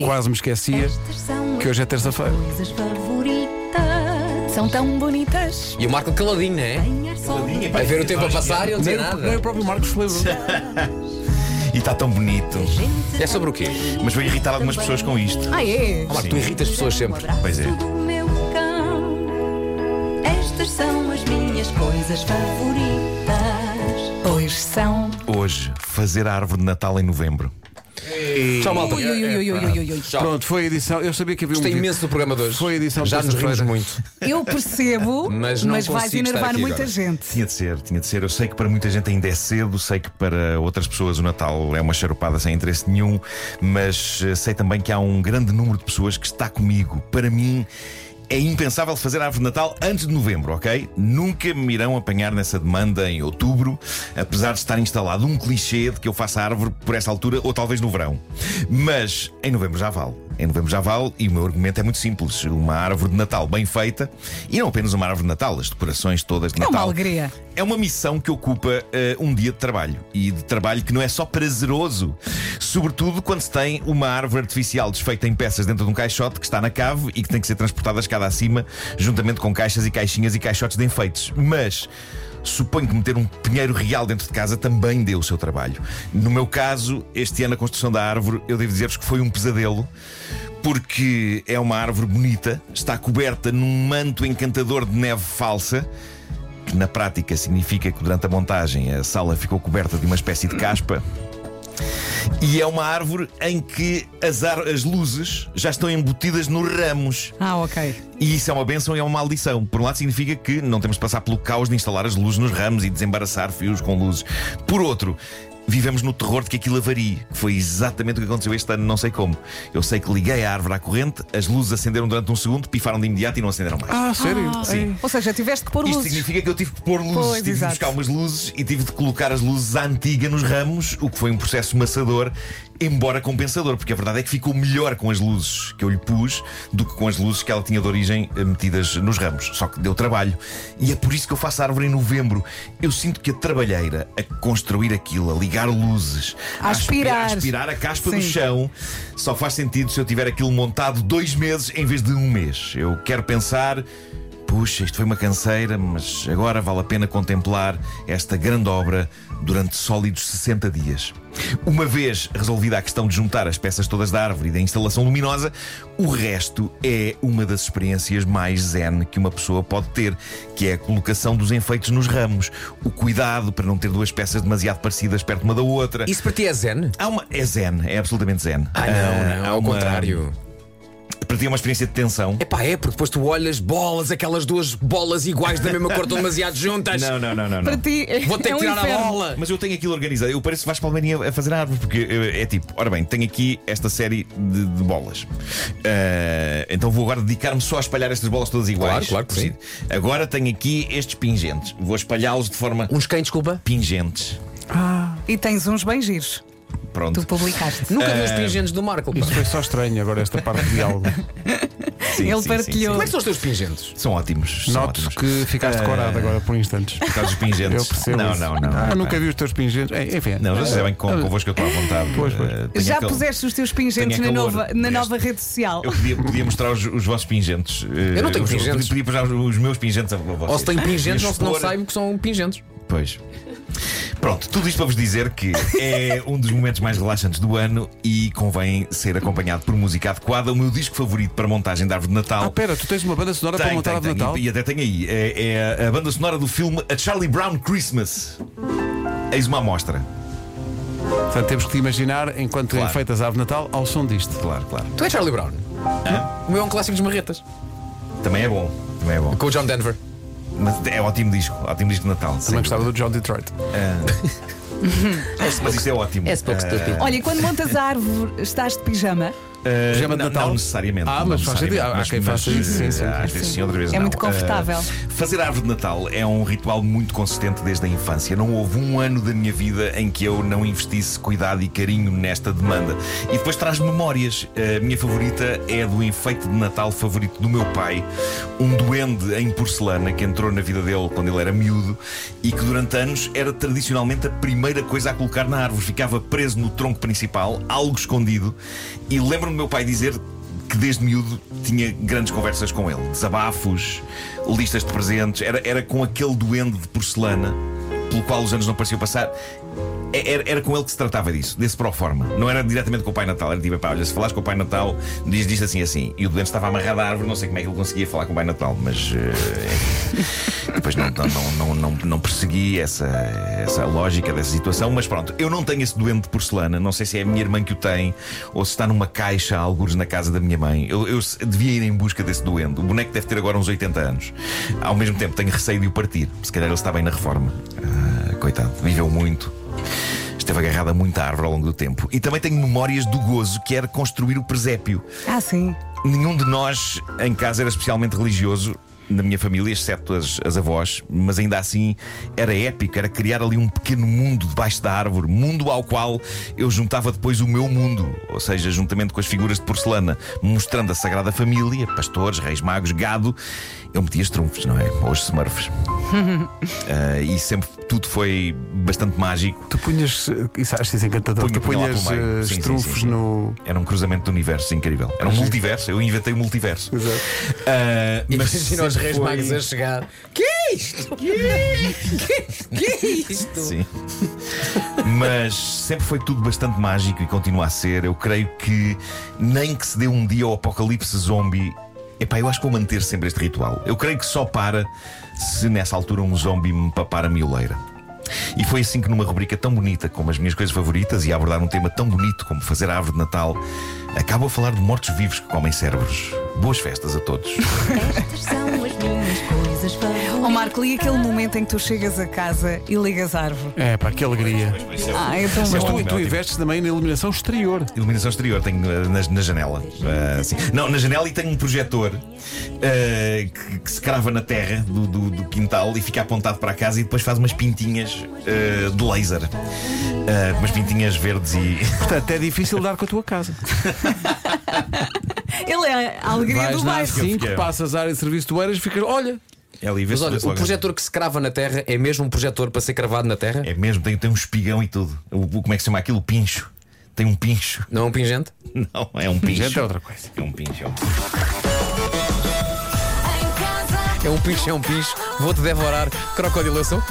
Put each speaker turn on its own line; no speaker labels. Quase me esquecia
Estas são
que hoje é terça-feira.
coisas favoritas. São tão bonitas.
E o Marco caladinho, não é?
Ganhar só
A ver o tempo a passar e ele dizer
Nem, o- nem
nada.
o próprio Marcos se lembrou.
E está tão bonito.
gente
É sobre o quê?
Mas vou irritar algumas pessoas com isto.
Ah, é? Um
Ó, Marco, tu irritas pessoas sempre.
Pois é.
Do meu cão. Estas são as minhas coisas favoritas. Hoje são.
Hoje, fazer a árvore de Natal em novembro.
Tchau, malta.
Ui, ui, ui, ui, ui, ui, ui.
Tchau.
Pronto, foi a edição. Eu sabia que havia um.
Gostei
vídeo.
imenso do programa de hoje.
Foi a edição de
Já nos rimos
terça-feira.
muito.
Eu percebo,
Mas
mas,
não
vais
consigo estar
enervar
aqui
muita
agora.
gente.
Tinha de ser, tinha de ser. Eu sei que para muita gente ainda é cedo, sei que para outras pessoas o Natal é uma charupada sem interesse nenhum, mas eh, sei também que há um grande número de pessoas que está comigo. Para mim. É impensável fazer a árvore de Natal antes de novembro, ok? Nunca me irão apanhar nessa demanda em outubro, apesar de estar instalado um clichê de que eu faça a árvore por essa altura ou talvez no verão. Mas em novembro já vale. Em novembro já vale e o meu argumento é muito simples. Uma árvore de Natal bem feita e não apenas uma árvore de Natal, as decorações todas de
É
Natal.
uma alegria.
É uma missão que ocupa eh, um dia de trabalho e de trabalho que não é só prazeroso, sobretudo quando se tem uma árvore artificial desfeita em peças dentro de um caixote que está na cave e que tem que ser transportada escada acima, juntamente com caixas e caixinhas e caixotes de enfeites. Mas suponho que meter um pinheiro real dentro de casa também deu o seu trabalho. No meu caso, este ano a construção da árvore, eu devo dizer-vos que foi um pesadelo. Porque é uma árvore bonita, está coberta num manto encantador de neve falsa, que na prática significa que durante a montagem a sala ficou coberta de uma espécie de caspa. E é uma árvore em que as, ar- as luzes já estão embutidas nos ramos.
Ah, ok.
E isso é uma benção e é uma maldição. Por um lado, significa que não temos de passar pelo caos de instalar as luzes nos ramos e desembaraçar fios com luzes. Por outro, vivemos no terror de que aquilo avarie, que foi exatamente o que aconteceu este ano, não sei como. Eu sei que liguei a árvore à corrente, as luzes acenderam durante um segundo, pifaram de imediato e não acenderam mais.
Ah, sério?
Sim.
É. Ou seja, tiveste que pôr
Isto
luzes.
significa que eu tive que pôr luzes,
Pois,
tive
exato.
de buscar umas luzes e tive de colocar as luzes à antiga nos ramos, o que foi um processo maçador, embora compensador, porque a verdade é que ficou melhor com as luzes que eu lhe pus do que com as luzes que ela tinha de origem eh, metidas nos ramos. Só que deu trabalho. E é por isso que eu faço a árvore em novembro. Eu sinto que a trabalheira a construir aquilo, a ligar luzes,
A
a
aspirar.
aspirar a caspa do
Sim.
chão chão, é um. só faz sentido se eu tiver aquilo montado dois meses em vez de um mês. Eu quero pensar. Puxa, isto foi uma canseira, mas agora vale a pena contemplar esta grande obra durante sólidos 60 dias. Uma vez resolvida a questão de juntar as peças todas da árvore e da instalação luminosa, o resto é uma das experiências mais zen que uma pessoa pode ter, que é a colocação dos enfeites nos ramos, o cuidado para não ter duas peças demasiado parecidas perto uma da outra.
Isso para ti é zen?
Há uma... É zen, é absolutamente zen. Ah, há
Ao
uma-
contrário.
Para ti é uma experiência de tensão.
É pá, é, porque depois tu olhas bolas, aquelas duas bolas iguais da mesma cor, estão demasiado juntas.
Não, não, não, não.
Para
não.
ti é,
Vou ter
é um
que tirar
inferno.
a bola.
Mas eu tenho aquilo organizado. Eu pareço Vasco Palmeirinha a fazer a árvore, porque eh, é tipo, ora bem, tenho aqui esta série de, de bolas. Ah, então vou agora dedicar-me só a espalhar estas bolas todas iguais.
claro que sim.
Agora tenho aqui estes pingentes. Vou espalhá-los de forma
Uns quem, desculpa?
pingentes.
E tens uns bem giros.
Pronto.
Tu publicaste.
Nunca vi os pingentes do Marco. pá.
Isto foi só estranho agora, esta parte de algo.
Sim,
Ele
sim, sim,
partilhou.
Como é que são os teus pingentes?
sim. São ótimos. São
Noto
ótimos.
que ficaste corado agora por instantes.
Por causa dos
Eu
pingentes.
percebo.
não,
isso.
não, não.
Ah,
não.
nunca vi os teus pingentes. É, Enfim.
Não, vocês sabem que com, convosco eu estou à vontade.
Ah, Pois, pois.
Eh, tenho
Já
aquele-
puseste os teus pingentes
tenho
na
calor
nova, na
neste.
nova rede social.
Eu podia, podia mostrar os, os vossos pingentes.
Eu não tenho pingentes.
Podia, podia mostrar os, os meus pingentes a, a vocês.
Ou se tem pingentes,
Podia
não, se não
expor-
saibam que são pingentes.
Pois. Pronto, tudo isto para vos dizer que é um dos momentos mais relaxantes do ano e convém ser acompanhado por música adequada. O meu disco favorito para montagem da árvore de Natal.
Ah, pera, tu tens uma banda sonora para
Tem,
montar a
tem,
de
tem.
Natal?
E, e até tem aí. É, é a banda sonora do filme A Charlie Brown Christmas. Eis uma amostra.
Portanto, temos que te imaginar enquanto
Claro.
enfeitas a árvore de Natal ao som disto.
Claro, claro.
Tu és Charlie Brown. O meu é um clássico de marretas.
Também é bom. Também é bom.
Com o John Denver.
Mas é ótimo disco. Ótimo disco de Natal.
Também
sem
gostava do John Detroit.
Mas isto é ótimo.
pouco estúpido.
Olha, e quando montas a árvore, estás de pijama?
Uh,
Pijama de
não,
Natal?
Não necessariamente.
Ah,
não
mas faz
necessariamente,
sentido. Há- há
mas-
quem faça
mas,
isso, sim,
eh,
sim.
Às vezes sim, outras vezes
É
não.
muito confortável.
Eh, fazer árvore de Natal é um ritual muito consistente desde a infância. Não houve um ano da minha vida em que eu não investisse cuidado e carinho nesta demanda. E depois traz memórias. A minha favorita é a do enfeite de Natal favorito do meu pai, um duende em porcelana que entrou na vida dele quando ele era miúdo e que durante anos era tradicionalmente a primeira coisa a colocar na árvore. Ficava preso no tronco principal, algo escondido. E lembro-me lembro-me do meu pai dizer que desde miúdo tinha grandes conversas com ele. Desabafos, listas de presentes. Era, era com aquele duende de porcelana pelo qual os anos não pareciam passar. É- Era, era com ele que se tratava disso, desse proforma. Não era diretamente com o Pai Natal. Era tipo, pá, olha, se falares com o Pai Natal, diz disto assim assim. E o doente estava amarrado à árvore, não sei como é que ele conseguia falar com o Pai Natal, mas. eh, é. Depois não, não, não, não, não, não persegui essa, essa lógica dessa situação, mas pronto, eu não tenho esse doente de porcelana. Não sei se é a minha irmã que o tem ou se está numa caixa, algures na casa da minha mãe. Eu, eu devia ir em busca desse doente. O boneco deve ter agora uns 80 anos. Ao mesmo tempo, tenho receio de o partir. Se calhar ele está bem na reforma. Ah, coitado, viveu muito. Esteve agarrada a muita árvore ao longo do tempo. E também tenho memórias do gozo que era construir o presépio.
Ah, sim.
Nenhum de nós em casa era especialmente religioso. Na minha família, exceto as, as avós, mas ainda assim era épico, era criar ali um pequeno mundo debaixo da árvore, mundo ao qual eu juntava depois o meu mundo, ou seja, juntamente com as figuras de porcelana, mostrando a Sagrada Família, pastores, reis magos, gado, eu metia as trunfos, não é? Ou os smurfs. Ah, e sempre tudo foi bastante mágico.
Tu punhas, eh, isso acho isso encantador,
Punha-
tu
punha lá
punhas
pelo meio.
eh,
Sim, sim,
estrufos
sim, sim.
no.
Era um cruzamento de universos incrível. Era um multiverso, eu inventei o multiverso.
Exato.
Ah, mas
Imagina os
sempre
reis
foi-
magos a chegar. Que é isto? Que é isto?
Sim. Mas sempre foi tudo bastante mágico e continua a ser. Eu creio que nem que se dê um dia ao apocalipse zombie. Epá, eu acho que vou manter sempre este ritual. Eu creio que só para se nessa altura um zombie me papar a mioleira. E foi assim que numa rubrica tão bonita como as minhas coisas favoritas e a abordar um tema tão bonito como fazer a árvore de Natal, acabo a falar de mortos-vivos que comem cérebros. Boas festas a todos.
Estas são as minhas coisas favoritas.
Ó Marco, e aquele momento em que tu chegas a casa e ligas a árvore?
É, pá, que alegria.
Ah, é tão
Mas
bom.
tu, tu investes também na iluminação exterior.
Iluminação exterior, tenho eh, na, na janela. Ah, sim. Não, na janela e tenho um projetor eh, que, que se crava na terra do, do- do quintal e fica apontado para a casa e depois faz umas pintinhas eh, de laser. Ah, umas pintinhas verdes e.
Portanto, é difícil dar com a tua casa.
Ele é a alegria
Vais
do
na
bairro.
Assim que
fiquei-
passas a área de serviço do Eiras, ficas, olha,
É ali, vê
Mas
se
olha,
vê-se
o
logo.
projetor que se crava na terra é mesmo um projetor para ser cravado na terra?
É mesmo, tem, tem um espigão e tudo. O, o- como é que se chama aquilo? O pincho. Tem um pincho.
Não é um pingente?
Não, é um pincho.
gente, é outra coisa.
É um pincho. é um pincho.
um É um pincho, é um pincho. Vou-te devorar. Crocodilação?